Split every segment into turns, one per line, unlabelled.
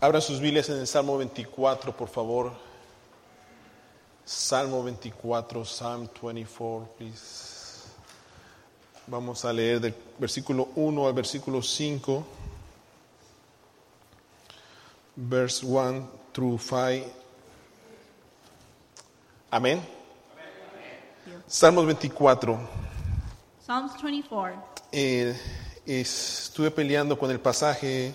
Abran sus Biblias en el Salmo 24, por favor. Salmo 24, Psalm 24, please. Vamos a leer del versículo 1 al versículo 5. Verse 1 through 5. Amén. Salmos 24.
Psalms 24.
Eh, es- estuve peleando con el pasaje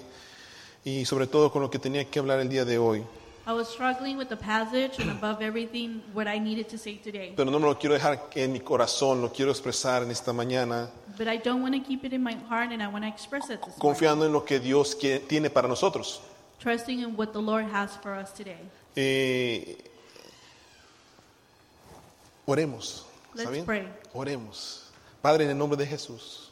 y sobre todo con lo que tenía que hablar el día de hoy.
I was struggling with the passage and above everything what I needed to say today.
Pero no me lo quiero dejar en mi corazón, lo quiero expresar en esta mañana,
But I don't want to keep it in my heart and I want to express it this morning.
confiando en lo que Dios que- tiene para nosotros.
Trusting in what the Lord has for us today.
Eh, oremos. ¿está
Let's
bien?
pray.
Oremos. Padre, en el nombre de Jesús,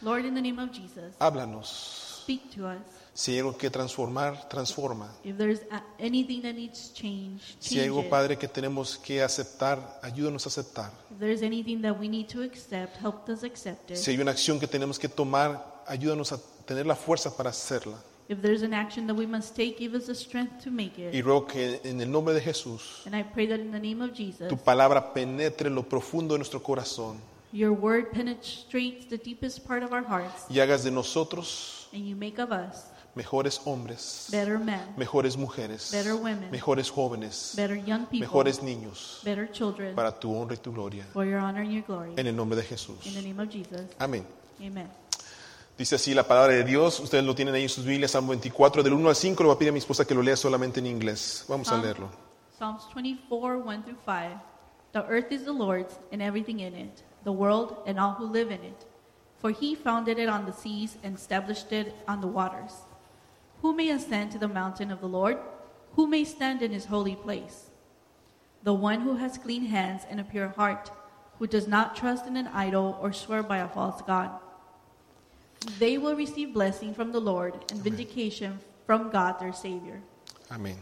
Lord, in the name of Jesus,
háblanos.
speak to us.
Si hay algo que transformar, transforma.
If there's a- anything that needs change,
Si hay
change
algo,
it.
Padre, que tenemos que aceptar, ayúdanos a aceptar.
If there's anything that we need to accept, help us accept
Si
it.
hay una acción que tenemos que tomar, ayúdanos a tener la fuerza para hacerla.
If there's an action that we must take, give us the strength to make
Y
it.
ruego que en el nombre de Jesús,
And I pray that in the name of Jesus,
tu palabra penetre lo profundo de nuestro corazón
your word penetrates the deepest part of our hearts.
y hagas de nosotros
And you make of us
mejores hombres,
better men,
mejores mujeres,
Better women.
mejores jóvenes,
better young people,
mejores niños,
better children,
para tu honra y tu gloria.
for your honor and your glory.
En el nombre de Jesús.
In the name of Jesus.
Amén.
Amen.
Dice así la palabra de Dios, ustedes lo tienen ahí en sus Biblias, Salmo 24, del 1 al 5, le voy a pedir a mi esposa que lo lea solamente en inglés. Vamos a
Psalm-
leerlo.
Psalms 24, 1 through 5. The earth is the Lord's and everything in it, the world and all who live in it. For he founded it on the seas and established it on the waters. Who may ascend to the mountain of the Lord? Who may stand in his holy place? The one who has clean hands and a pure heart, who does not trust in an idol or swear by a false God. They will receive blessing from the Lord and vindication from God their Savior.
Amén.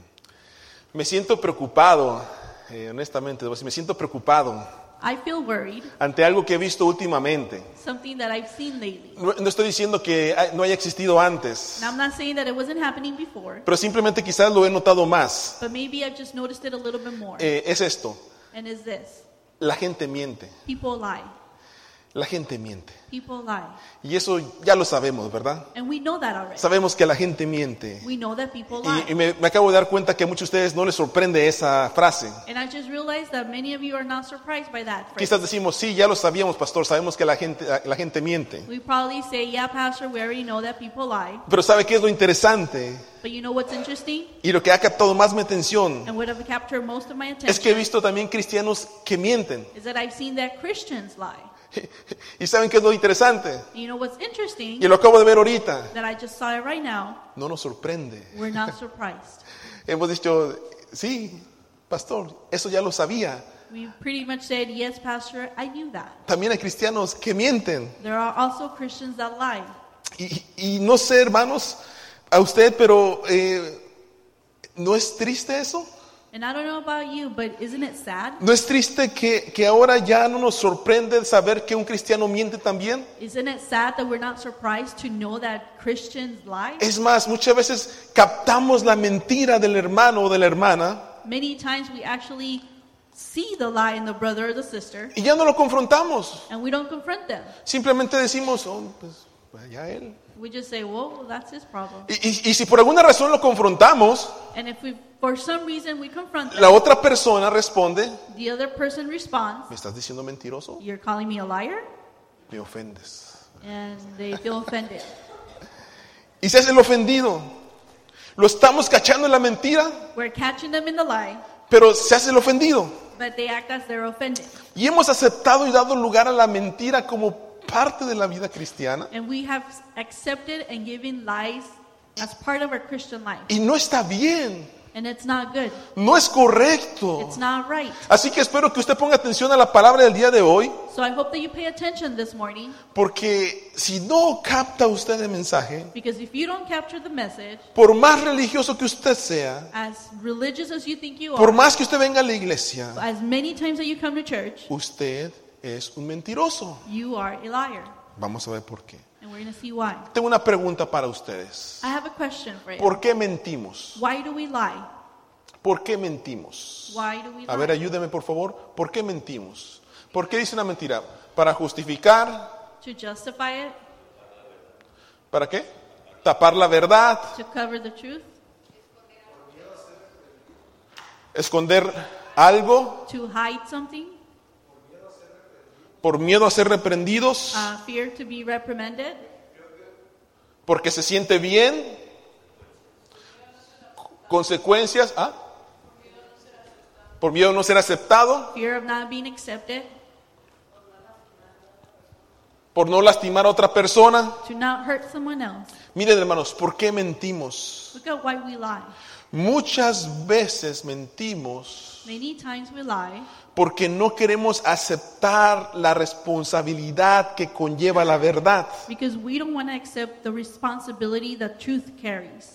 Me siento preocupado, eh, honestamente, debo decir, me siento preocupado
I feel worried.
ante algo que he visto últimamente.
something that I've seen lately.
No, no estoy diciendo que hay- no haya existido antes,
Now, I'm not saying that it wasn't happening before,
pero simplemente quizás lo he notado más.
but maybe I've just noticed it a little bit more.
Eh, es esto,
And is this
la gente miente,
people lie.
la gente miente.
People lie.
Y eso ya lo sabemos, ¿verdad?
And we know that already.
Sabemos que la gente miente.
We know that people
Y, y
lie.
me, me acabo de dar cuenta que a muchos de ustedes no les sorprende esa frase.
And I just realized that many of you are not surprised by that. phrase.
Quizás decimos, sí, ya lo sabíamos, pastor, sabemos que la gente, la gente miente.
We probably say, yeah, Pastor, we already know that people lie.
Pero ¿sabe qué es lo interesante?
But you know what's interesting?
Y lo que ha captado más mi atención
And what have captured most of my
es que he
attention
visto también cristianos que mienten.
is that I've seen that Christians lie.
¿Y saben qué es lo interesante?
And you know what's interesting?
Y lo acabo de ver ahorita.
That I just saw it right now.
No nos sorprende.
We're not surprised.
Hemos dicho, sí, pastor, eso ya lo sabía.
We pretty much said, Yes, Pastor, I knew that.
También hay cristianos que mienten.
There are also Christians that lie.
Y, y no sé, hermanos, a usted, pero eh, ¿no es triste eso?
And I don't know about you, but isn't it sad?
¿No es triste que, que ahora ya no nos sorprende saber que un cristiano miente también?
Isn't it sad that we're not surprised to know that Christians lie?
Es más, muchas veces captamos la mentira del hermano o de la hermana
Many times we actually see the lie in the brother or the sister
y ya no lo confrontamos.
and we don't confront them.
Simplemente decimos, oh, pues allá él.
We just say, Well, that's his problem.
Y, y- y si por alguna razón lo confrontamos,
And if we, for some reason, we confront them,
la otra persona responde,
the other person responds,
¿me estás diciendo mentiroso?
You're calling me a liar?
Me ofendes.
And they feel offended.
Y se hace el ofendido. Lo estamos cachando en la mentira,
We're catching them in the lie,
pero se hace el ofendido.
but they act as they're offended.
Y hemos aceptado y dado lugar a la mentira como parte de la vida cristiana.
And we have accepted and given lies as part of our Christian life.
Y no está bien,
And it's not good.
no es correcto.
It's not right.
Así que espero que usted ponga atención a la palabra del día de hoy,
So I hope that you pay attention this morning
porque si no capta usted el mensaje,
because if you don't capture the message,
por más religioso que usted sea,
as religious as you think you
por
are,
más que usted venga a la iglesia,
as many times that you come to church,
usted es un mentiroso.
you are a liar.
Vamos a ver por qué.
And we're going to see why.
Tengo una pregunta para ustedes.
I have a question for you.
¿Por qué mentimos?
Why do we lie?
¿Por qué mentimos?
Why do we
A ver,
lie?
ayúdeme por favor. ¿Por qué mentimos? ¿Por qué dice una mentira? ¿Para justificar?
To justify it?
¿Para qué? ¿Tapar la verdad?
To cover the truth?
¿Esconder algo?
To hide something?
¿Por miedo a ser reprendidos?
Uh, fear to be reprimanded?
¿Porque se siente bien? ¿Consecuencias? ¿Ah? ¿Por miedo a no ser aceptado?
Fear of not being accepted?
¿Por no lastimar a otra persona?
To not hurt someone else?
Miren hermanos, ¿por qué mentimos?
Look at why we lie.
Muchas veces mentimos
Many times we lie
porque no queremos aceptar la responsabilidad que conlleva la verdad.
because we don't want to accept the responsibility that truth carries.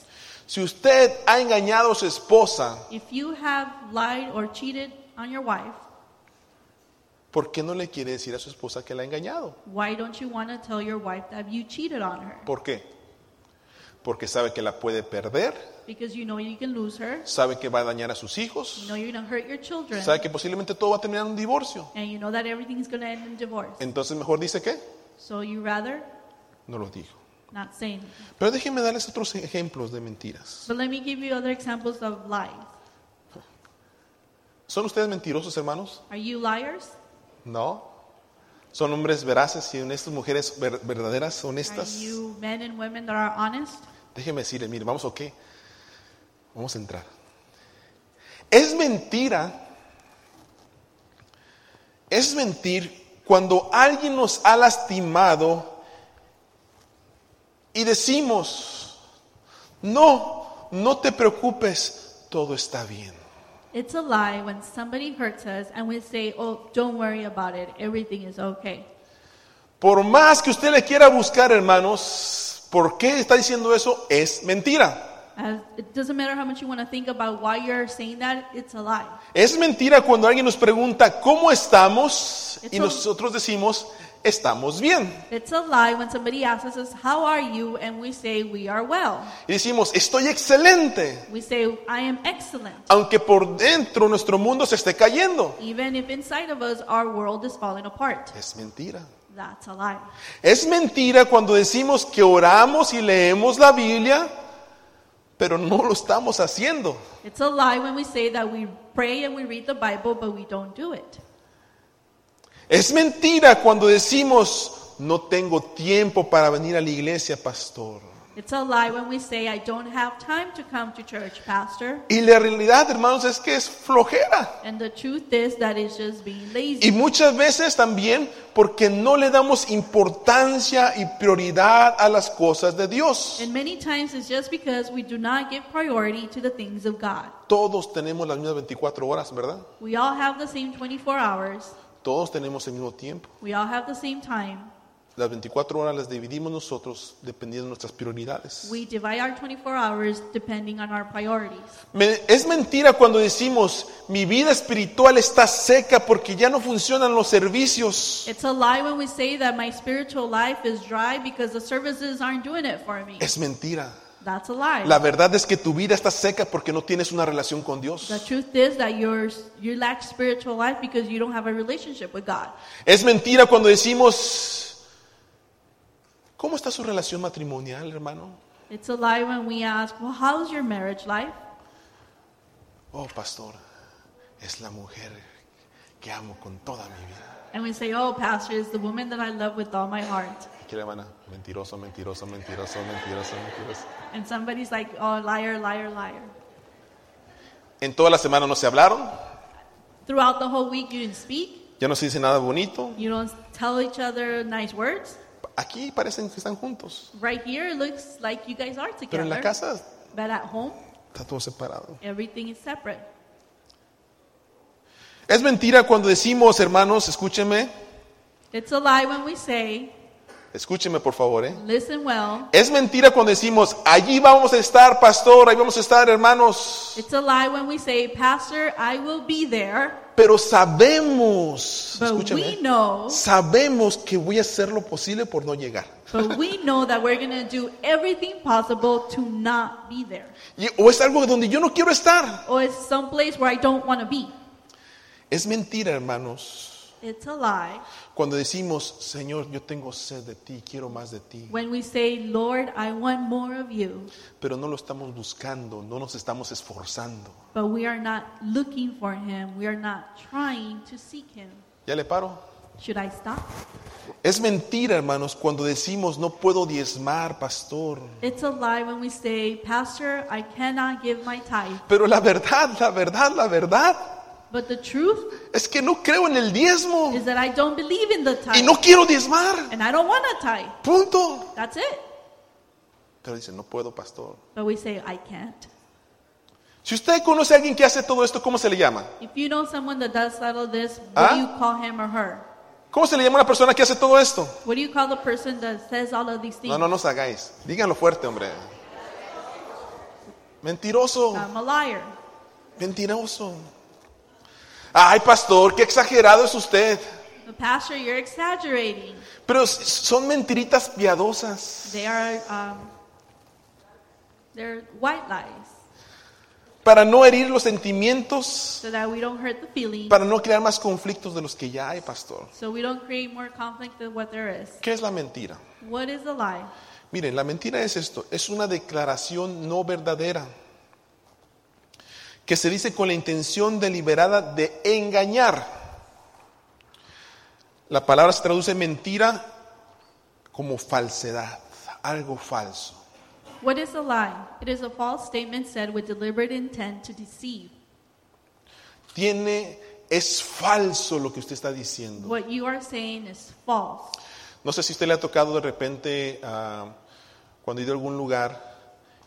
Si usted ha engañado a su esposa,
If you have lied or cheated on your wife,
¿por qué no le quiere decir a su esposa que la ha engañado?
why don't you want to tell your wife that you cheated on her?
¿Por qué? Porque sabe que la puede perder,
Because you know you can lose her.
sabe que va a dañar a sus
You
hijos,
know you're going to hurt your children.
sabe que posiblemente todo va a terminar en un divorcio.
And you know that everything's going to end in divorce.
Entonces mejor dice que
So you rather
no lo dijo.
not say anything.
Pero déjenme darles otros ejemplos de mentiras.
But let me give you other examples of lies.
¿Son ustedes mentirosos, hermanos?
Are you liars?
No. Son hombres veraces y honestos, mujeres ver- verdaderas,
Are
honestas.
you men and women that are honest?
Déjeme decirle, mire, vamos a qué. Vamos a entrar. Es mentira. Es mentir cuando alguien nos ha lastimado y decimos, no, no te preocupes, todo está bien.
It's a lie when somebody hurts us and we say, oh, don't worry about it. Everything is okay.
Por más que usted le quiera buscar, hermanos, ¿por qué está diciendo eso? Es mentira.
As, it doesn't matter how much you want to think about why you're saying that, it's a lie.
Es mentira cuando alguien nos pregunta cómo estamos y
Eso-
nosotros decimos estamos bien.
It's a lie when somebody asks us, How are you? and we say, We are well.
Y decimos estoy excelente,
We say, I am excellent.
aunque por dentro nuestro mundo se esté cayendo.
Even if inside of us our world is falling apart.
Es mentira.
That's a lie.
Es mentira cuando decimos que oramos y leemos la Biblia, pero no lo estamos haciendo.
It's a lie when we say that we pray and we read the Bible, but we don't do it.
Es mentira cuando decimos no tengo tiempo para venir a la iglesia, pastor.
It's a lie when we say, I don't have time to come to church, Pastor.
Y la realidad, hermanos, es que es flojera.
And the truth is that it's just being
Y
lazy.
muchas veces también porque no le damos importancia y prioridad a las cosas de Dios.
And many times it's just because we do not give priority to the things of God.
Todos tenemos las mismas 24 horas, ¿verdad?
We all have the same 24 hours,
Todos tenemos el mismo tiempo.
we all have the same time.
Las 24 horas las dividimos nosotros dependiendo de nuestras prioridades.
We divide our 24 hours depending on our priorities.
Me- es mentira cuando decimos, mi vida espiritual está seca porque ya no funcionan los servicios.
It's a lie when we say that my spiritual life is dry because the services aren't doing it for me.
Es mentira.
That's a lie.
La verdad es que tu vida está seca porque no tienes una relación con Dios.
the truth is that you're, you lack spiritual life because you don't have a relationship with God.
Es mentira cuando decimos, ¿cómo está su relación matrimonial, hermano?
It's a lie when we ask, well, how's your marriage life?
Oh, pastor, es la mujer que amo con toda mi vida.
And we say, oh, pastor, it's the woman that I love with all my heart.
¿Qué hermana? Mentiroso, mentiroso, mentiroso, mentiroso, mentiroso.
And somebody's like, oh, liar, liar, liar.
En toda la semana no se hablaron,
Throughout the whole week, you didn't speak.
ya no se dice nada bonito.
You don't tell each other nice words.
Aquí parecen que están juntos,
Right here, it looks like you guys are
pero en la
together.
casa
But at home,
está todo separado.
everything is separate.
Es mentira cuando decimos, hermanos, escúchenme,
It's a lie when we say,
Escúcheme por favor, ¿eh?
Listen well.
Es mentira cuando decimos, allí vamos a estar, pastor, ahí vamos a estar, hermanos.
It's a lie when we say, Pastor, I will be there,
Pero sabemos,
but we
escúcheme,
know,
sabemos que voy a hacer lo posible por no llegar.
but we know that we're going to do everything possible to not be there.
Y- o es algo donde yo no quiero estar.
Or it's someplace where I don't want to be.
Es mentira, hermanos,
It's a lie
cuando decimos, Señor, yo tengo sed de ti, quiero más de ti.
when we say, Lord, I want more of you,
Pero no lo estamos buscando, no nos estamos esforzando.
but we are not looking for him. We are not trying to seek him.
¿Ya le paro?
Should I stop?
Es mentira, hermanos, cuando decimos, no puedo diezmar, pastor.
It's a lie when we say, Pastor, I cannot give my tithe.
Pero la verdad, la verdad, la verdad
But the truth
es que no creo en el diezmo
is that I don't believe in the
y
tithe.
no quiero diezmar.
And I don't want a tithe.
Punto.
That's it.
Pero dice, no puedo, pastor.
But we say, I can't.
Si usted conoce a alguien que hace todo esto, ¿cómo se le llama?
If you know someone that does settle this, what
Huh?
do you call him or her?
¿Cómo se le llama a una persona que hace todo esto?
What do you call the person that says all of these things?
No, no nos hagáis. Díganlo fuerte, hombre. Mentiroso,
I'm a liar.
mentiroso. Ay, pastor, qué exagerado es usted.
But Pastor, you're exaggerating.
Pero s- son mentiritas piadosas.
They are, um, they're white lies
Para no herir los sentimientos,
so that we don't hurt the feelings,
para no crear más conflictos de los que ya hay, pastor.
so we don't create more conflict than what there is.
¿Qué es la mentira?
What is a lie?
Miren, la mentira es esto, es una declaración no verdadera que se dice con la intención deliberada de engañar. La palabra se traduce mentira como falsedad, algo falso.
What is a lie? It is a false statement said with deliberate intent to deceive.
Tiene es falso lo que usted está diciendo.
What you are saying is false.
No sé si usted le ha tocado de repente ah, cuando ha ido a algún lugar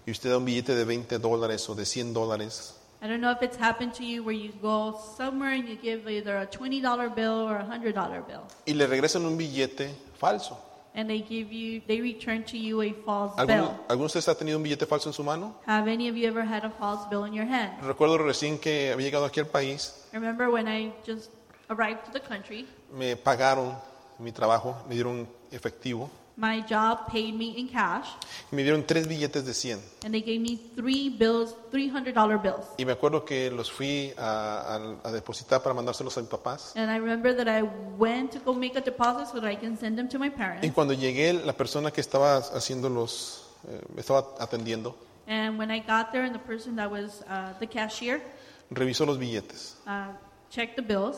y usted da un billete de 20 dólares o de 100 dólares
I don't know if it's happened to you where you go somewhere and you give either a $20 bill or a $100 bill.
y le regresan un billete falso.
And they give you, they return to you a false
¿Alguno,
bill.
¿Alguno de ustedes ha tenido un billete falso en su mano?
Have any of you ever had a false bill in your hand?
Recuerdo recién que había llegado aquí al país,
Remember when I just arrived to the country,
me pagaron mi trabajo, me dieron efectivo,
my job paid me in cash,
y me dieron tres billetes de 100.
and they gave me three bills, $300 bills.
Y me acuerdo que los fui a, a- a depositar para mandárselos a mis papás.
And I remember that I went to go make a deposit so that I can send them to my
Y
parents.
cuando llegué, la persona que estaba haciendo los, eh, me estaba atendiendo,
And when I got there, and the person that was uh, the cashier
revisó los billetes
uh, checked the bills.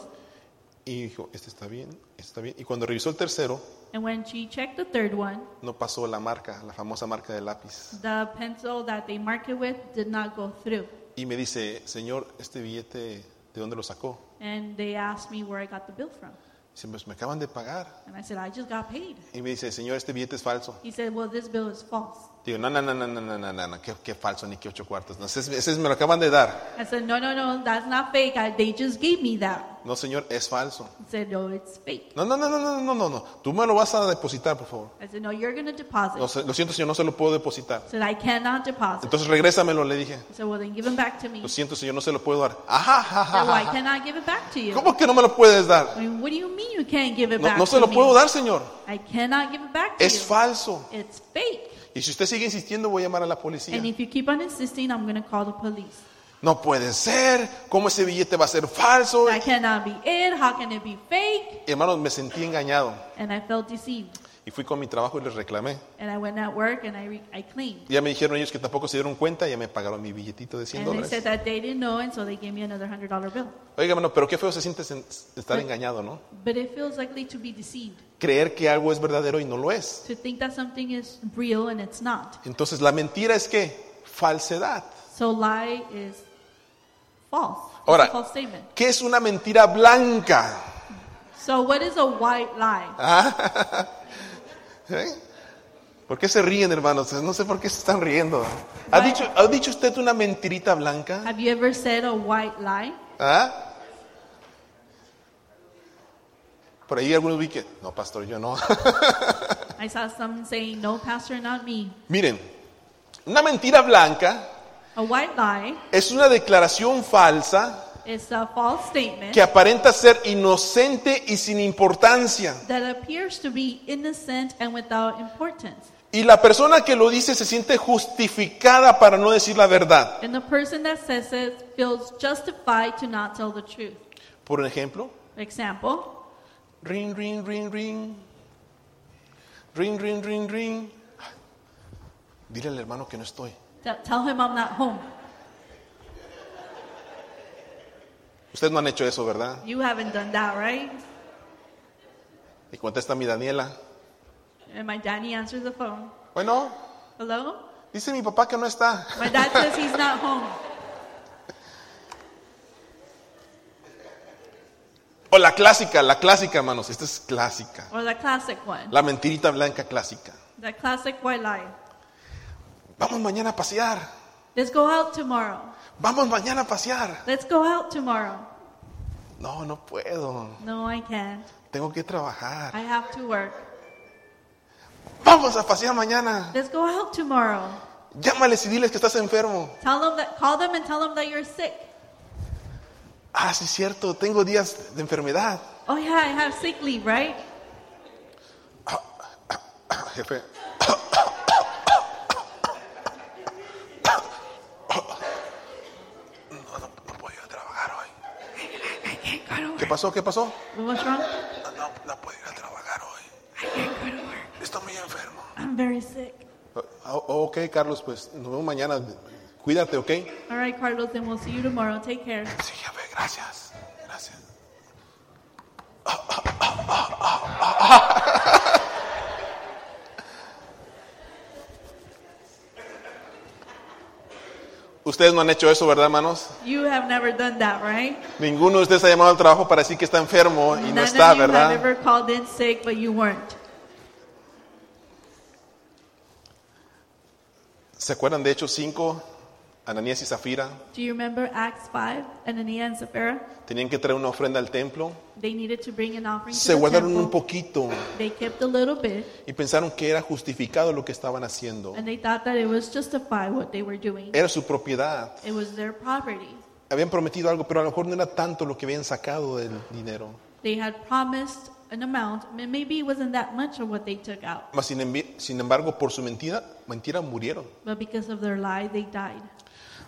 y dijo, este está bien, este está bien. Y cuando revisó el tercero,
And when she checked the third one,
no pasó la marca, la famosa marca de lápiz.
the pencil that they marked it with did not go through.
Y me dice, señor, este billete, ¿de dónde lo sacó?
And they asked me where I got the bill from.
Dice, pues me acaban de pagar.
And I said, I just got paid.
Y me dice, señor, este billete es falso.
He said, Well, this bill is false.
Digo, no, no, no, no, no, no, no, no, no, qué, qué falso, ni qué ocho cuartos. No, ese, es- ese es- me lo acaban de dar.
I said, No, no, no, that's not fake. I, they just gave me that.
No, señor, es falso.
He said, No, it's fake.
No, no, no, no, no, no, no, no. Tú me lo vas a depositar, por favor.
I said, No, you're going to deposit.
No, se- lo siento, señor, no se lo puedo depositar.
I said, I cannot deposit.
Entonces regrésamelo, le dije.
I said, Well, then give them back to me.
Lo siento, señor, no se lo puedo dar. Ajá, ajá,
I said,
ajá,
well, I
ajá.
cannot give it back to you.
¿Cómo que no me lo puedes dar?
I mean, what do you mean you can't give it
No,
back
no se
to
lo
me?
puedo dar, señor.
I cannot give it back to
Es
you.
falso.
It's fake.
Y si usted sigue insistiendo, voy a llamar a la policía.
And if you keep on insisting, I'm going to call the police.
No puede ser. ¿Cómo ese billete va a ser falso?
That cannot be it. How can it be fake?
Hermanos, me sentí engañado.
And I felt deceived.
Y fui con mi trabajo y les reclamé.
And I went at work and I, re- I claimed.
Ya me dijeron ellos que tampoco se dieron cuenta y ya me pagaron mi billetito de 100
And they said
dólares.
that they didn't know, and so they gave me another $100 bill.
Oiga, hermano, pero qué feo se siente sen- estar engañado, ¿no?
But it feels likely to be deceived,
Creer que algo es verdadero y no lo es.
to think that something is real and it's not.
Entonces, la mentira es que falsedad.
So lie is false. It's
Ahora-
a false statement.
¿Qué es una mentira blanca?
So what is a white lie?
Ah, ¿eh? ¿Por qué se ríen, hermanos? No sé por qué se están riendo. ¿Ha
Bueno.
dicho, ¿ha dicho usted una mentirita blanca?
Have you ever said a white lie?
¿Ah? Por ahí algunos vi que, no, pastor, yo no.
I saw some saying, No, Pastor, not me.
Miren, una mentira blanca
A white lie
es una declaración falsa
is a false statement
que aparenta ser inocente y sin importancia.
that appears to be innocent and without importance.
Y la persona que lo dice se siente justificada para no decir la verdad.
And the person that says it feels justified to not tell the truth.
Por ejemplo,
For example,
ring, ring, ring, ring. Ring, ring, ring, ring. Dile al hermano que no estoy.
t- tell him I'm not home.
Ustedes no han hecho eso, ¿verdad?
You haven't done that, right?
Y contesta mi Daniela.
And my daddy answers the phone.
Bueno,
Hello?
dice mi papá que no está.
My dad says he's not home.
O la clásica, la clásica, hermanos. Esta es clásica.
Or the classic one.
La mentirita blanca clásica.
The classic white lie.
Vamos mañana a pasear.
Let's go out tomorrow.
Vamos mañana a pasear.
Let's go out tomorrow.
No, no puedo.
No, I can't.
Tengo que trabajar.
I have to work.
Vamos a pasear mañana.
Let's go out tomorrow.
Llámales y diles que estás enfermo.
Tell them that call them and tell them that you're sick.
Ah, sí, cierto. Tengo días de enfermedad.
Oh yeah, I have sick leave, right?
Jefe. No, no, no puedo ir a trabajar hoy.
I can't go to
¿Qué pasó? ¿Qué pasó?
work. What's wrong?
No, no, no puedo ir a trabajar hoy.
I can't go to work.
Estoy muy enfermo.
I'm very sick.
Ah, ok, Carlos, pues nos vemos mañana. Cuídate, ¿ok?
All right, Carlos, then we'll see you tomorrow. Take care.
Sí, jefe, gracias. Gracias. Ustedes no han hecho eso, ¿verdad, hermanos?
You have never done that, right?
Ninguno de ustedes ha llamado al trabajo para decir que está enfermo y no
None
está,
of you have
¿verdad?
ever called in sick, but you weren't.
¿Se acuerdan de Hechos 5? Ananías y Zafira
Do you remember Acts 5? Ananias and Sapphira?
tenían que traer una ofrenda al templo.
They needed to bring an offering
Se
to the
guardaron un
temple.
poquito
They kept a little bit,
y pensaron que era justificado lo que estaban haciendo.
and they thought that it was justified what they were doing.
Era su propiedad.
It was their property.
Habían prometido algo, pero a lo mejor no era tanto lo que habían sacado del dinero.
They had promised an amount, and maybe it wasn't that much of what they took out,
Mas sin, envi- sin embargo, por su mentira, mentira murieron.
but because of their lie, they died.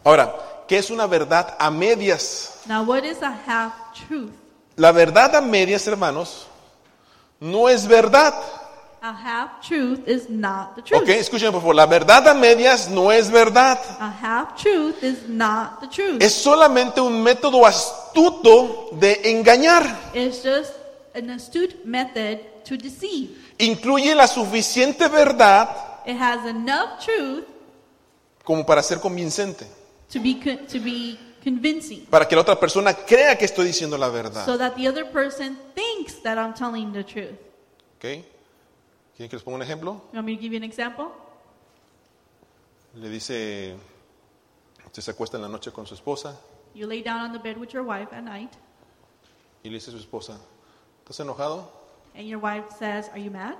Ahora, ¿qué es una verdad a medias?
Now, what is a half truth?
La verdad a medias, hermanos, no es verdad.
A half truth is not the truth.
Ok, escúchenme por favor. La verdad a medias no es verdad.
A half truth is not the truth.
Es solamente un método astuto de engañar.
It's just an astute method to deceive.
Incluye la suficiente verdad
It has enough truth
como para ser convincente.
to be con- to be convincing,
Para que la otra persona crea que estoy diciendo la verdad.
so that the other person thinks that I'm telling the truth.
¿Ok? ¿Quieren que les ponga un ejemplo?
You want me to give you an example?
Le dice, usted se acuesta en la noche con su esposa
You lay down on the bed with your wife at night,
y le dice a su esposa, ¿estás enojado?
and your wife says, "Are you mad?"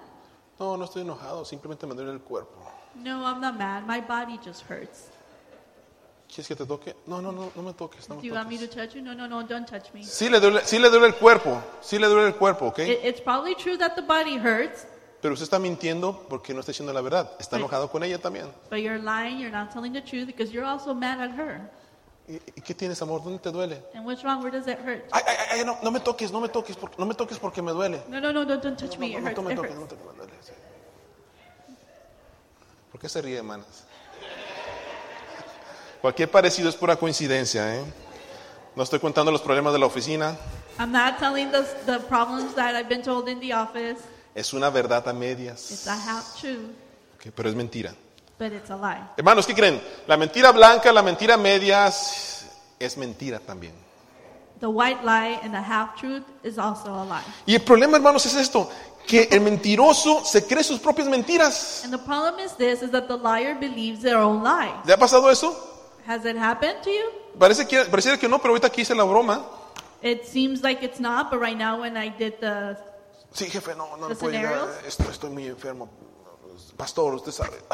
No, no estoy enojado, simplemente me duele el cuerpo.
No, I'm not mad. My body just hurts.
¿Quieres que te toque? No, no, no, no me toques, no
Do
me
you want me to
toques.
touch you? No, no, no, don't touch me.
Sí le, duele, sí le duele el cuerpo, sí le duele el cuerpo, ¿ok?
It, it's probably true that the body hurts,
Pero usted está mintiendo porque no está diciendo la verdad. Está enojado con ella también.
but you're lying. You're not telling the truth because you're also mad at her.
¿Y, y qué tienes, amor? ¿Dónde te duele?
And what's wrong? Where does it hurt?
Ay, ay, ay, ay, no, no me toques, no me toques, porque, no me toques porque me duele.
No, no, no, don't, don't touch
No,
me. It
no, no,
hurts.
no me
It
toques,
hurts.
no te- no, dale, sí. ¿Por qué se ríe, hermanas? Cualquier parecido es pura coincidencia, ¿eh? No estoy contando los problemas de la oficina.
I'm not telling the, the problems that I've been told in the office.
Es una verdad a
It's
medias.
a half truth,
Ok, pero es mentira.
but it's a lie.
Hermanos, ¿qué creen? La mentira blanca, la mentira a medias, es mentira también.
The white lie and the half truth is also a lie.
Y el problema, hermanos, es esto. Que el mentiroso se cree sus propias mentiras.
And the problem is this: is that the liar believes their own lie.
¿Le ha pasado eso?
Has it happened to you?
Parece que, pareciera que no, pero ahorita aquí hice la broma.
It seems like it's not, but right now when I did the
Sí, jefe, no, no me
Los
puede ayudar.
scenarios.
Estoy, estoy muy enfermo. Pastor, usted sabe.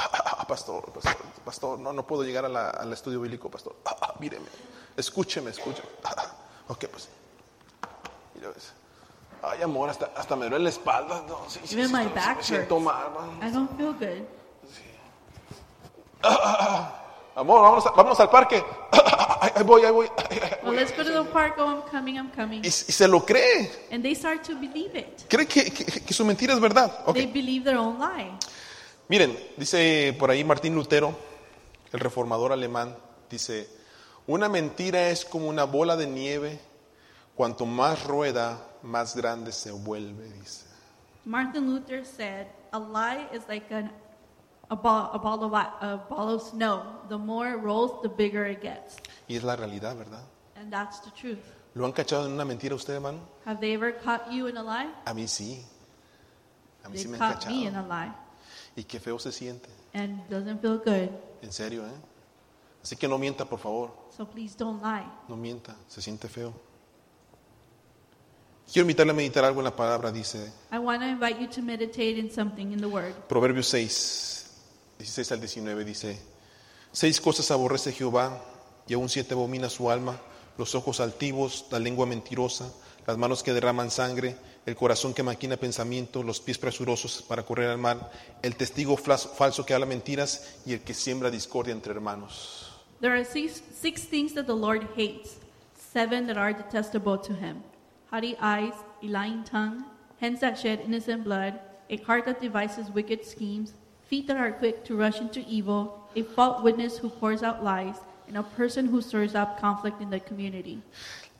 Pastor, pastor, pastor. No, no puedo llegar a la- al estudio bíblico, pastor. Míreme. Escúcheme, escúcheme. Ok, pues. Mira, ves. Ay, amor, hasta, hasta me duele la espalda. No, sí, sí,
Even
sí,
my
sí,
back
me siento
hurts.
mal. ¿no?
I don't feel good.
Amor, vámonos, a- vámonos al parque. Ay, Ahí voy, ahí voy. Ay, ay,
Well,
voy.
let's go to the park. Oh, I'm coming, I'm coming.
Y, y se lo cree.
And they start to believe it.
Cree que, que, que su mentira es verdad. Ok.
They believe their own lie.
Miren, dice por ahí Martín Lutero, el reformador alemán, dice, una mentira es como una bola de nieve, cuanto más rueda, más grande se vuelve, dice.
Martin Luther said, "A lie is like an, a, ball, a, ball of, i- a ball of snow. The more it rolls, the bigger it gets."
Y es la realidad, ¿verdad?
And that's the truth.
¿Lo han cachado en una mentira usted, hermano?
Have they ever caught you in a lie?
A mí sí. Ah, A mí
They
sí me han
caught me in
cachado.
a lie,
Y qué feo se siente,
and it doesn't feel good.
en serio, ¿eh? Así que no mienta, por favor,
So please don't lie.
no mienta, se siente feo. Quiero invitarle a meditar algo en la palabra, dice
I want to invite you to meditate in something in the Word.
Proverbios 6, 16 al 19 dice, seis cosas aborrece Jehová y aún siete abomina su alma, los ojos altivos, la lengua mentirosa, las manos que derraman sangre, el corazón que maquina pensamiento, los pies presurosos para correr al mar, el testigo flas- falso que habla mentiras y el que siembra discordia entre hermanos.
There are six, six things that the Lord hates, seven that are detestable to him haughty eyes, a lying tongue, hands that shed innocent blood, a heart that devises wicked schemes, feet that are quick to rush into evil, a false witness who pours out lies, and a person who stirs up conflict in the community.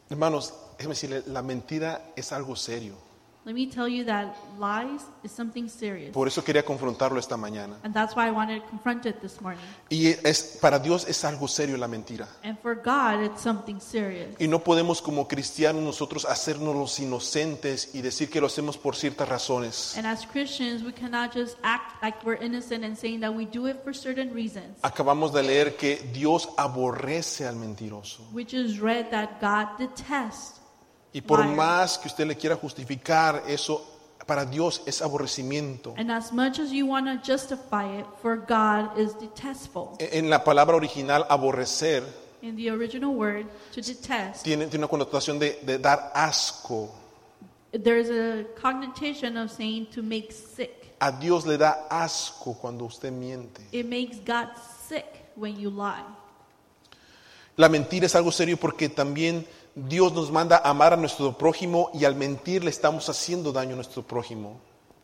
Hermanos, déjenme decirle, la mentira es algo serio.
Let me tell you that lies is something serious.
Por eso quería confrontarlo esta mañana.
And that's why I wanted to confront it this morning.
Y es, para Dios es algo serio la mentira.
And for God, it's something serious.
Y no podemos como cristianos nosotros hacernos los inocentes y decir que lo hacemos por ciertas razones.
And as Christians, we cannot just act like we're innocent and saying that we do it for certain reasons.
Acabamos de leer que Dios aborrece al mentiroso.
We just read that God detests.
Y por
Liar.
más que usted le quiera justificar eso, para Dios es aborrecimiento.
And as much as you want to justify it, for God is detestful.
E-, En en la palabra original aborrecer
In the original word, to detest,
tiene, tiene una connotación de, de dar asco.
there's a connotation of saying to make sick.
A Dios le da asco cuando usted miente.
It makes God sick when you lie.
La mentira es algo serio porque también Dios nos manda a amar a nuestro prójimo y al mentir le estamos haciendo daño a nuestro prójimo.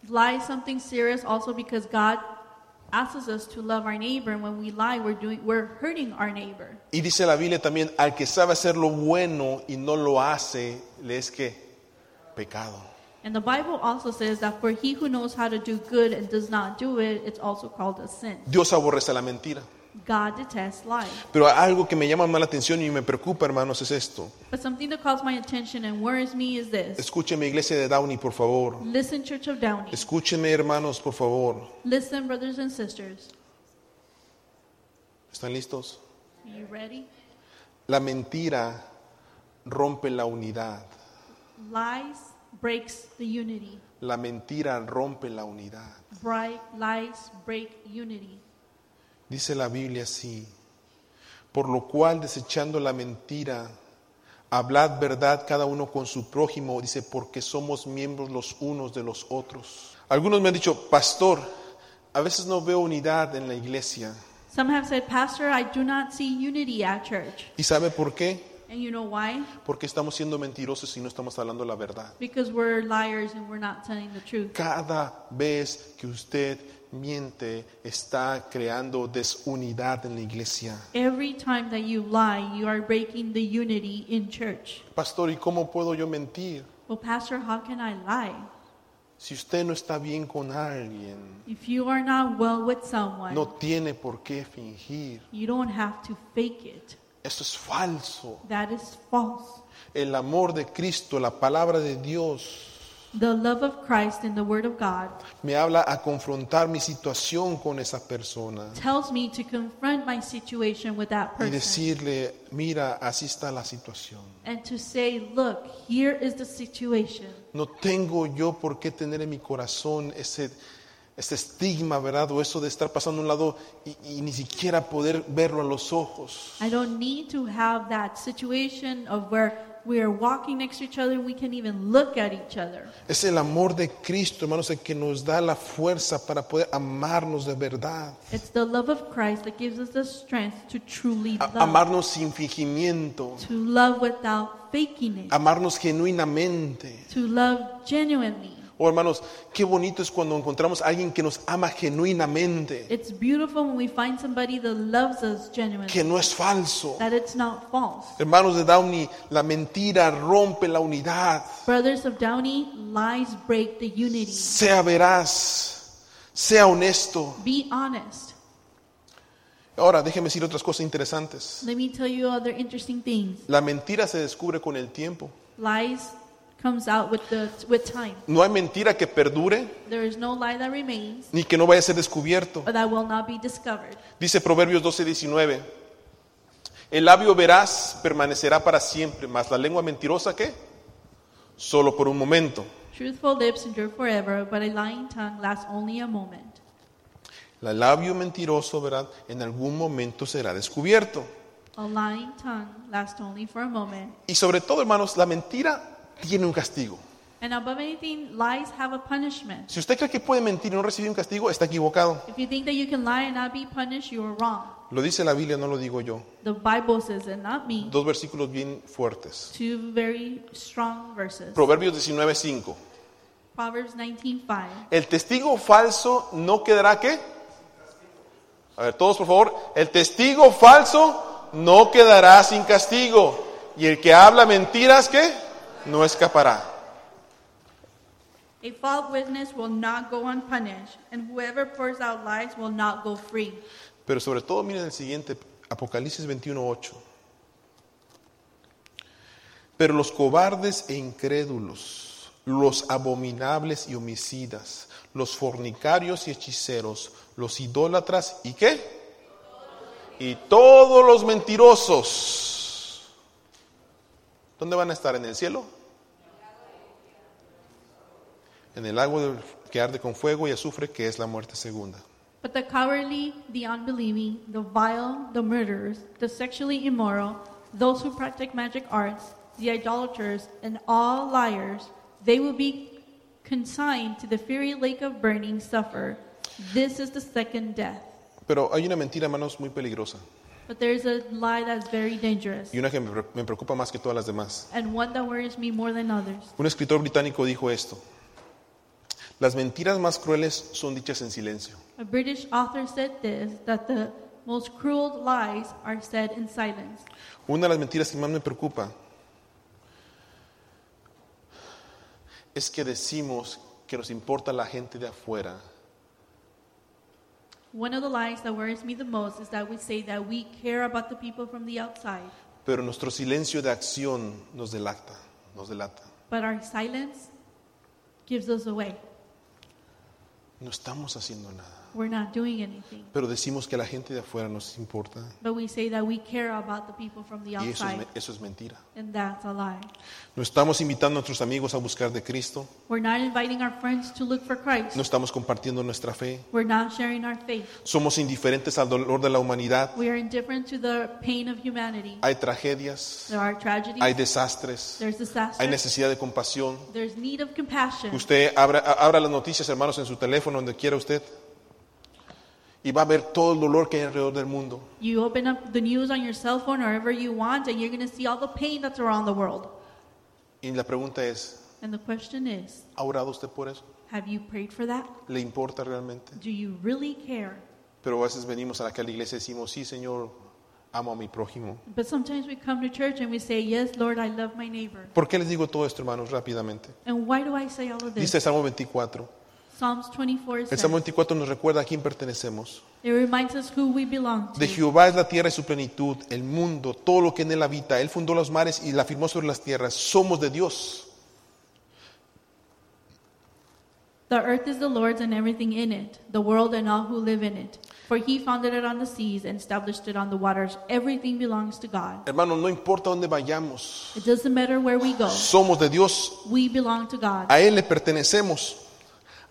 Lie is something serious also because God asks us to love our neighbor, and when we lie, we're doing we're hurting our neighbor.
Y dice la Biblia también, al que sabe hacer lo bueno y no lo hace, le es que pecado.
And the Bible also says that for he who knows how to do good and does not do it, it's also called a sin.
Dios aborrece la mentira.
God detests lying.
Pero algo que me llama más la atención y me preocupa, hermanos, es esto.
But something that calls my attention and worries me is this.
Escúcheme, iglesia de Downey, por favor.
Listen, Church of Downey.
Escúcheme, hermanos, por favor.
Listen, brothers and sisters.
¿Están listos?
Are you ready?
La mentira rompe la unidad.
Lies breaks the unity.
La mentira rompe la unidad.
Bright lies break unity.
Dice la Biblia así, por lo cual desechando la mentira, hablad verdad cada uno con su prójimo, dice, porque somos miembros los unos de los otros. Algunos me han dicho, pastor, a veces no veo unidad en la iglesia.
Some have said, Pastor, I do not see unity at church.
¿Y sabe por qué?
And you know why?
Porque estamos siendo mentirosos y no estamos hablando la verdad.
Because we're liars and we're not telling the truth.
Cada vez que usted miente, está creando desunidad en la iglesia.
Every time that you lie, you are breaking the unity in church.
Pastor, ¿y cómo puedo yo mentir?
Well, Pastor, how can I lie?
Si usted no está bien con alguien,
If you are not well with someone,
No tiene por qué fingir.
you don't have to fake it.
Eso es falso.
That is false.
El amor de Cristo, la palabra de Dios,
The love of Christ in the Word of God
me habla a confrontar mi situación con esa persona
tells me to confront my situation with that
y
person
decirle, mira, así está la situación.
and to say, Look, here is the situation.
No tengo yo por qué tener en mi corazón ese, ese estigma, ¿verdad? O eso de estar pasando a un lado y, y ni siquiera poder verlo a los ojos.
I don't need to have that situation of where we are walking next to each other and we can't even look at each other.
Es el amor de Cristo, hermanos, el que nos da la fuerza para poder amarnos de verdad.
It's the love of Christ that gives us the strength to truly
A-
love,
amarnos sin fingimiento.
to love without faking it,
Amarnos genuinamente.
to love genuinely.
Oh, hermanos, qué bonito es cuando encontramos a alguien que nos ama genuinamente,
It's beautiful when we find somebody that loves us genuinely,
que no es falso.
that it's not false.
Hermanos de Downey, la mentira rompe la unidad.
Brothers of Downey, lies break the unity.
Sea veraz, sea honesto.
Be honest.
Ahora, déjeme decir otras cosas interesantes.
Let me tell you other interesting things.
La mentira se descubre con el tiempo.
Lies comes out with the with time.
No hay mentira que perdure
There is no lie that remains
ni que no vaya a ser descubierto.
or that will not be discovered.
Dice Proverbios 12, 19. El labio veraz permanecerá para siempre, mas la lengua mentirosa, ¿qué? Solo por un momento.
Truthful lips endure forever, but a lying tongue lasts only a moment.
El labio mentiroso, ¿verdad? En algún momento será descubierto.
A lying tongue lasts only for a moment.
Y sobre todo, hermanos, la mentira tiene un castigo.
And above anything, lies have a punishment.
Si usted cree que puede mentir y no recibir un castigo, está equivocado.
If you think that you can lie and not be punished, you are wrong.
Lo dice la Biblia, no lo digo yo.
The Bible says it, not me.
Dos versículos bien fuertes.
Two very strong verses.
Proverbios 19, 5.
Proverbs 19:5.
El testigo falso no quedará qué? A ver, todos por favor. El testigo falso no quedará sin castigo. Y el que habla mentiras, ¿qué? No escapará.
A false witness will not go unpunished, and whoever pours out lies will not go free.
Pero sobre todo, miren el siguiente, Apocalipsis 21, 8. Pero los cobardes e incrédulos, los abominables y homicidas, los fornicarios y hechiceros, los idólatras y qué? Y todos los mentirosos. ¿Dónde van a estar? ¿En el cielo? En el lago del- que arde con fuego y azufre, que es la muerte segunda.
But the cowardly, the unbelieving, the vile, the murderers, the sexually immoral, those who practice magic arts, the idolaters, and all liars, they will be consigned to the fiery lake of burning suffer. This is the second death.
Pero hay una mentira, hermanos, muy peligrosa.
But there is a lie that's very dangerous,
Y una que me pre- me preocupa más que todas las demás.
and one that worries me more than others.
Un escritor británico dijo esto. Las mentiras más crueles son dichas en silencio.
A British author said this that the most cruel lies are said in silence.
Una de las mentiras que más me preocupa es que decimos que nos importa la gente de afuera,
One of the lies that worries me the most is that we say that we care about the people from the outside,
pero nuestro silencio de acción nos delata, nos delata.
but our silence gives us away.
No estamos haciendo nada,
We're not doing anything,
pero decimos que la gente de afuera nos importa.
but we say that we care about the people from the
Y eso es,
outside,
me- eso es mentira.
and that's a lie.
No estamos invitando a nuestros amigos a buscar de Cristo.
We're not inviting our friends to look for Christ.
No estamos compartiendo nuestra fe.
We're not sharing our faith.
Somos indiferentes al dolor de la humanidad.
We are indifferent to the pain of humanity.
Hay tragedias,
There are tragedies.
hay desastres,
There's
hay
disaster.
necesidad de compasión.
There's need of compassion.
Usted abra, a- abra las noticias, hermanos, en su teléfono, donde quiera usted, y va a ver todo el dolor que hay alrededor del mundo.
You open up the news on your cell phone or wherever you want, and you're going to see all the pain that's around the world.
Y la pregunta es,
And the question is
¿ha orado usted por eso?
have you prayed for that?
¿Le importa realmente?
Do you really care?
Pero a veces venimos a la calle iglesia y decimos, sí, Señor, amo a mi prójimo.
But sometimes we come to church and we say, Yes, Lord, I love my neighbor.
¿Por qué les digo todo esto, hermanos, rápidamente?
And why do I say all of this?
Dice el Salmo 24.
Psalms 24
El
says,
Salmo 24 nos recuerda a quién pertenecemos.
It reminds us who we belong to.
De Jehová es la tierra y su plenitud, el mundo, todo lo que en él habita. Él fundó los mares y la firmó sobre las tierras. Somos de Dios.
The earth is the Lord's and everything in it, the world and all who live in it. For he founded it on the seas and established it on the waters. Everything belongs to God.
Hermanos, no importa dónde vayamos,
It doesn't matter where we go,
somos de Dios,
we belong to God.
a Él le pertenecemos.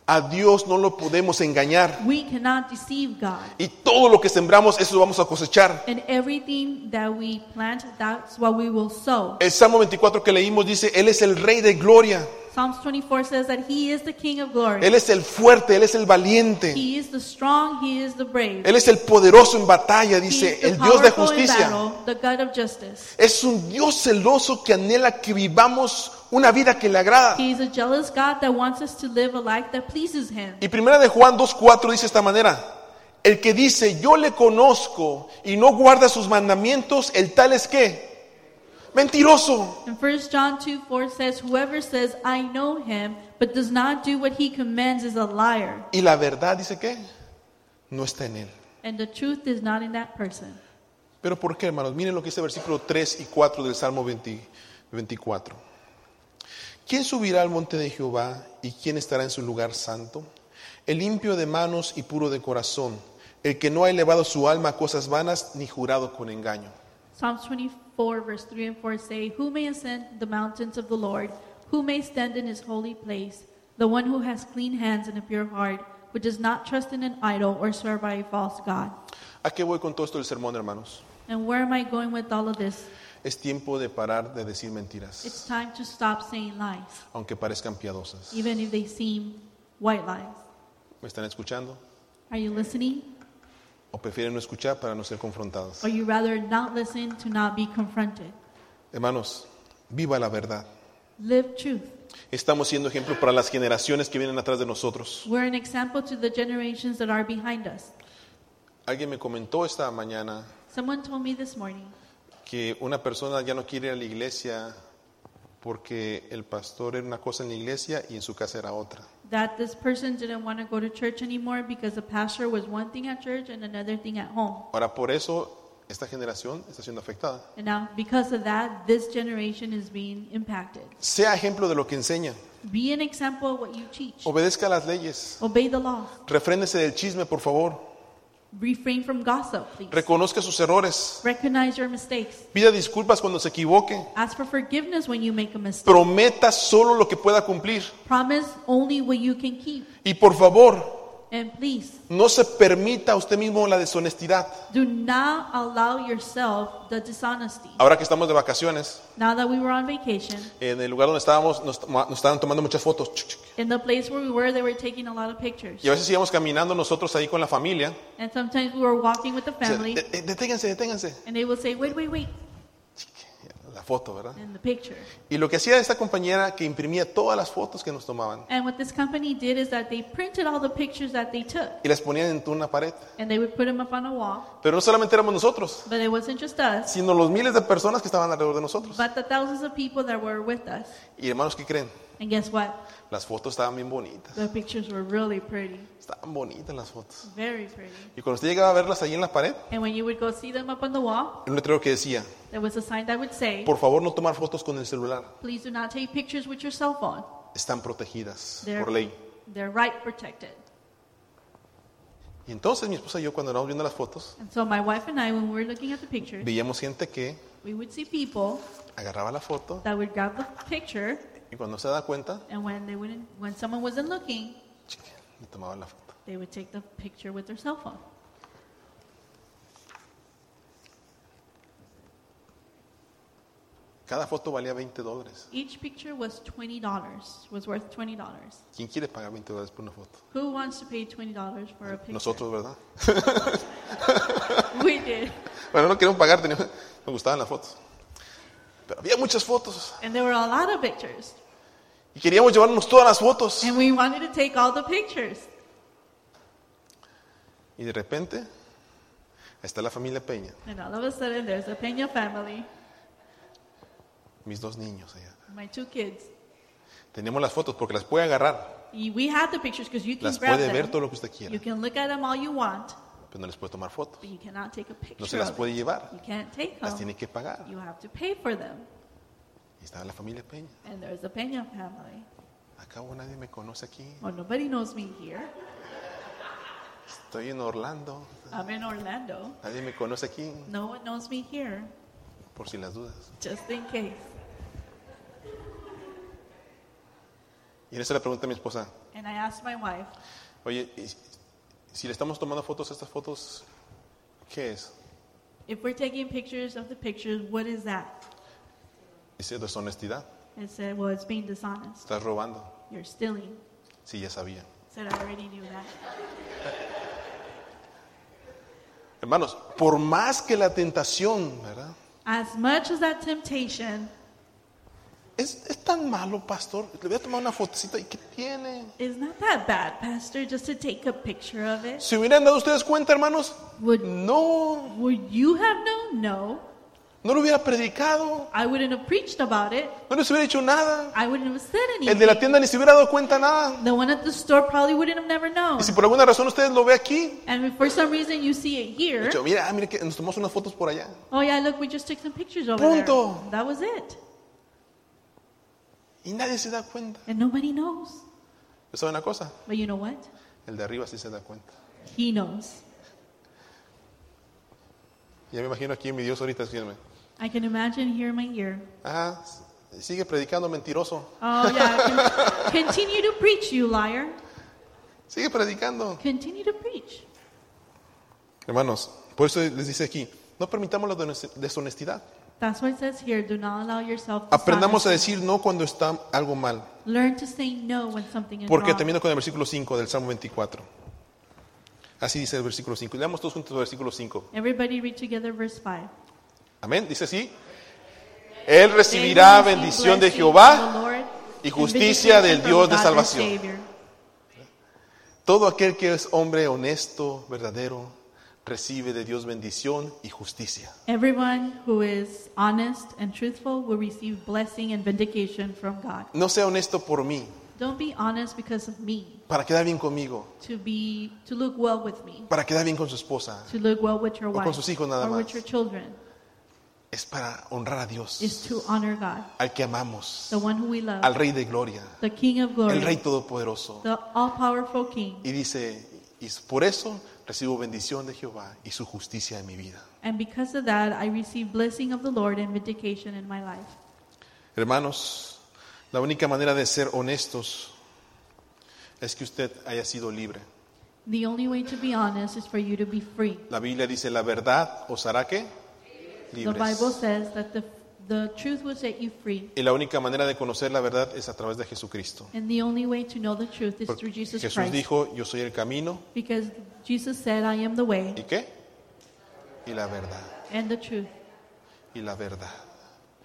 A Dios no lo podemos engañar.
We cannot deceive God.
Y todo lo que sembramos, eso lo vamos a cosechar.
And everything that we plant, that's what we will sow.
El Salmo 24 que leímos dice, Él es el Rey de gloria.
Psalms 24 says that he is the King of glory.
Él es el fuerte, Él es el valiente.
He is the strong, he is the brave.
Él es el poderoso en batalla,
He
dice,
is
el
the
Dios de
powerful in
justicia.
battle, the God of justice.
Es un Dios celoso que anhela que vivamos una vida que le agrada.
He is a jealous God that wants us to live a life that pleases him.
Y primera de Juan 2.4 dice de esta manera. El que dice, yo le conozco y no guarda sus mandamientos, el tal es que, mentiroso.
And 1 John 2 4 says, Whoever says, I know him, but does not do what he commands is a liar,
Y la verdad dice que no está en él.
and the truth is not in that person.
Pero ¿por qué, hermanos? Miren lo que dice versículo 3 y 4 del Salmo 20 24. ¿Quién subirá al monte de Jehová y quién estará en su lugar santo? El limpio de manos y puro de corazón, el que no ha elevado su alma a cosas vanas ni jurado con engaño.
Psalms 24, verse 3 and 4 say, Who may ascend the mountains of the Lord? Who may stand in his holy place? The one who has clean hands and a pure heart, who does not trust in an idol or swear by a false God.
¿A qué voy con todo esto del sermón, hermanos?
And where am I going with all of this?
Es tiempo de parar de decir
It's
mentiras,
time to stop saying lies,
aunque parezcan piadosas.
even if they seem white lies.
¿Me están escuchando?
Are you listening?
¿O prefieren no escuchar para no ser confrontados?
Or you rather not listen to not be confronted?
Hermanos, viva la verdad.
Live truth.
Estamos siendo ejemplo para las generaciones que vienen atrás de nosotros.
We're an example to the generations that are behind us.
Alguien me comentó esta mañana
Someone told me this morning
que una persona ya no quiere ir a la iglesia porque el pastor era una cosa en la iglesia y en su casa era otra.
that this person didn't want to go to church anymore because the pastor was one thing at church and another thing at home.
Ahora, por eso esta generación está siendo afectada.
And now, because of that, this generation is being impacted.
Sea ejemplo de lo que enseña.
Be an example of what you teach.
Obedezca las leyes.
Obey the law.
Refréndese del chisme, por favor.
Refrain from gossip, please.
Reconozca sus errores.
Recognize your mistakes.
Pida disculpas cuando se equivoque.
Ask for forgiveness when you make a mistake.
Prometa solo lo que pueda cumplir.
Promise only what you can keep.
Y por favor,
And please,
no se permita a usted mismo la deshonestidad.
Do not allow yourself the dishonesty.
Ahora que estamos de vacaciones,
Now that we were on vacation,
en el lugar donde estábamos nos, toma- nos estaban tomando muchas fotos. Chuc, chuc.
in the place where we were, they were taking a lot of pictures.
Y a veces íbamos caminando nosotros ahí con la familia.
And sometimes we were walking with the
O sea,
family,
"De- de- deténganse, deténganse.
and they would say, Wait, wait, wait,
La foto, ¿verdad?
in the picture.
Y lo que hacía esta compañera que imprimía todas las fotos que nos tomaban
And what this company did is that they printed all the pictures that they took,
y las ponían en una pared.
and they would put them up on a wall.
Pero no solamente éramos nosotros,
But it wasn't just us,
sino los miles de personas que estaban alrededor de nosotros.
but the thousands of people that were with us.
Y hermanos, ¿qué creen?
And guess what?
Las fotos estaban bien bonitas.
The pictures were really pretty,
Estaban bonitas las fotos.
very pretty.
Y cuando usted llegaba a verlas ahí en la pared,
And when you would go see them up on the wall,
un letrero que decía,
there was a sign that would say,
por favor no tomar fotos con el celular.
Please do not take pictures with your cell phone.
Están protegidas
They're,
por ley.
they're right protected.
Y entonces mi esposa y yo cuando estábamos viendo las fotos,
And so my wife and I, when we were looking at the pictures,
veíamos gente que
we would see people
agarraba la foto
that would grab the picture,
y cuando se da cuenta,
and when they wouldn't, when someone wasn't looking,
chica, le tomaba la foto.
they would take the picture with their cell phone.
Cada foto valía 20 dólares.
Each picture was twenty dollars, was worth twenty dollars.
¿Quién quiere pagar 20 dólares por una foto?
Who wants to pay twenty dollars for a picture?
Nosotros, ¿verdad?
We did,
Bueno, no queríamos pagar, teníamos- nos gustaban las fotos. Pero había muchas fotos
and there were a lot of pictures,
y queríamos llevarnos todas las fotos.
and we wanted to take all the pictures.
Y de repente, ahí está la familia Peña,
And all of a sudden, there's a Pena family,
mis dos niños allá.
my two kids.
Tenemos las fotos porque las puede agarrar,
Y- We had the pictures because you can
las
grab
puede ver
them.
todo lo que usted
You
quiera,
can look at them all you want,
pero no les puede tomar fotos.
but you cannot take a
No se
picture.
las
of it.
puede llevar,
You can't take
las
them.
tiene que pagar.
You have to pay for them.
Y estaba la familia Peña.
And there's the Pena family.
Acabo nadie me conoce aquí.
Well, nobody knows me here.
Estoy en Orlando.
I'm in Orlando.
Nadie me conoce aquí.
No one knows me here,
Por si las dudas.
just in case.
Y en eso le pregunta a mi esposa.
And I asked my wife,
Oye, y si le estamos tomando fotos a estas fotos, ¿qué es?
if we're taking pictures of the pictures, what is that?
Dice deshonestidad.
I said, well, it's being dishonest.
Estás robando.
You're stealing.
Sí, ya sabía.
I said, I already knew that.
Hermanos, por más que la tentación, ¿verdad?
As much as that temptation
Es, es tan malo, pastor. Le voy a tomar una fotocita. ¿Y qué tiene?
is not that bad, Pastor, just to take a picture of it.
¿Se hubieran dado ustedes cuenta, hermanos?
Would
No,
would you have known? No.
no lo hubiera predicado.
I wouldn't have preached about it.
No les hubiera dicho nada.
I wouldn't have said
El de la
anything.
tienda ni se hubiera dado cuenta nada.
The one at the store probably wouldn't have never known.
Y si por alguna razón ustedes lo ve aquí,
And if for some reason you see it
he
here,
dicho, mira, ah, mira que nos tomamos unas fotos por allá.
oh yeah, look, we just took some pictures over
Punto.
there. That was it.
Y nadie se da cuenta.
And nobody knows.
¿Pero ¿Saben una cosa?
But you know what?
El de arriba sí se da cuenta.
He knows.
Ya me imagino aquí mi Dios ahorita diciéndome,
I can imagine here in my ear.
ah, sigue predicando mentiroso.
Oh yeah. con- Continue to preach, you liar.
Sigue predicando.
Continue to preach.
Hermanos, por eso les dice aquí, no permitamos la dones- deshonestidad.
That's what it says here. Do not allow yourself to
Aprendamos a decir no cuando está algo mal.
Learn to say no when something is
Porque
wrong.
termino con el versículo 5 del Salmo 24. Así dice el versículo 5. Leamos todos juntos el versículo 5.
Everybody read together verse 5.
Amén. Dice así. Él recibirá
They will receive
bendición de
blessing
Jehová.
from the Lord
y
and
justicia
vindication
del
from
Dios de
God their
salvación.
Savior.
Todo aquel que es hombre honesto, verdadero, recibe de Dios bendición y justicia.
Everyone who is honest and truthful will receive blessing and vindication from God.
No sea honesto por mí,
Don't be honest because of me,
para quedar bien conmigo,
to be to look well with me,
para quedar bien con su esposa.
to look well with your
O con
wife
sus hijos nada
or
más.
with your children,
Es para honrar a
is
Dios,
to honor God,
al que amamos,
the one who we love,
al Rey de Gloria,
the King of glory,
el Rey Todopoderoso.
the all-powerful King.
Y dice, y por eso recibo bendición de Jehová y su justicia en mi vida.
And because of that, I receive blessing of the Lord and vindication in my life.
Hermanos, la única manera de ser honestos es que usted haya sido libre.
The only way to be honest is for you to be free.
La Biblia dice, la verdad os hará que
The Bible
libres.
says that the, the truth will set you free.
Y la única manera de conocer la verdad es a través de Jesucristo.
And the only way to know the truth is
Porque
through Jesus
Jesús
Christ.
dijo, yo soy el camino,
Because Jesus said, I am the way
¿y qué? Y la verdad,
and the truth
y la verdad.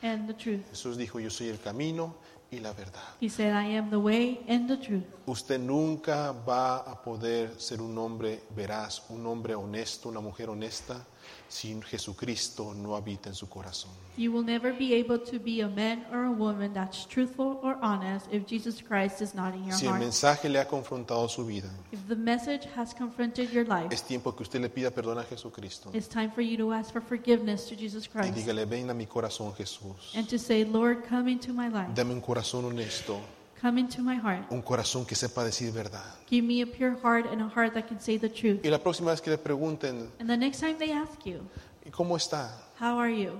and the truth.
Jesús dijo, yo soy el camino y la verdad.
He said, I am the way and the truth.
Usted nunca va a poder ser un hombre veraz, un hombre honesto, una mujer honesta, si Jesucristo no habita en su corazón.
You will never be able to be a man or a woman that's truthful or honest if Jesus Christ is not in your
Si el
heart.
mensaje le ha confrontado su vida,
If the message has confronted your life,
es tiempo que usted le pida perdón a Jesucristo
it's time for you to ask for forgiveness to Jesus
y
Christ
dígale, ven a mi corazón Jesús,
and to say, Lord, come into my life,
dame un corazón honesto,
come into my heart.
un corazón que sepa decir verdad.
Give me a pure heart and a heart that can say the truth.
Y la próxima vez que le pregunten,
And the next time they ask you,
"¿Y ¿cómo está?
How are you?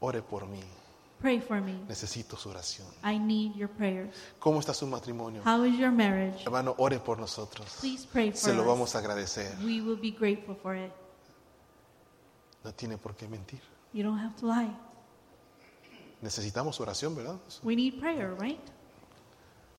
Ore por mí,
Pray for me.
necesito su oración.
I need your prayers.
¿Cómo está su matrimonio?
How is your marriage?
Hermano, ore por nosotros.
Please pray
Se
for
lo
us.
vamos a agradecer.
We will be grateful for it.
No tiene por qué mentir.
You don't have to lie.
Necesitamos oración, ¿verdad?
We need prayer, right?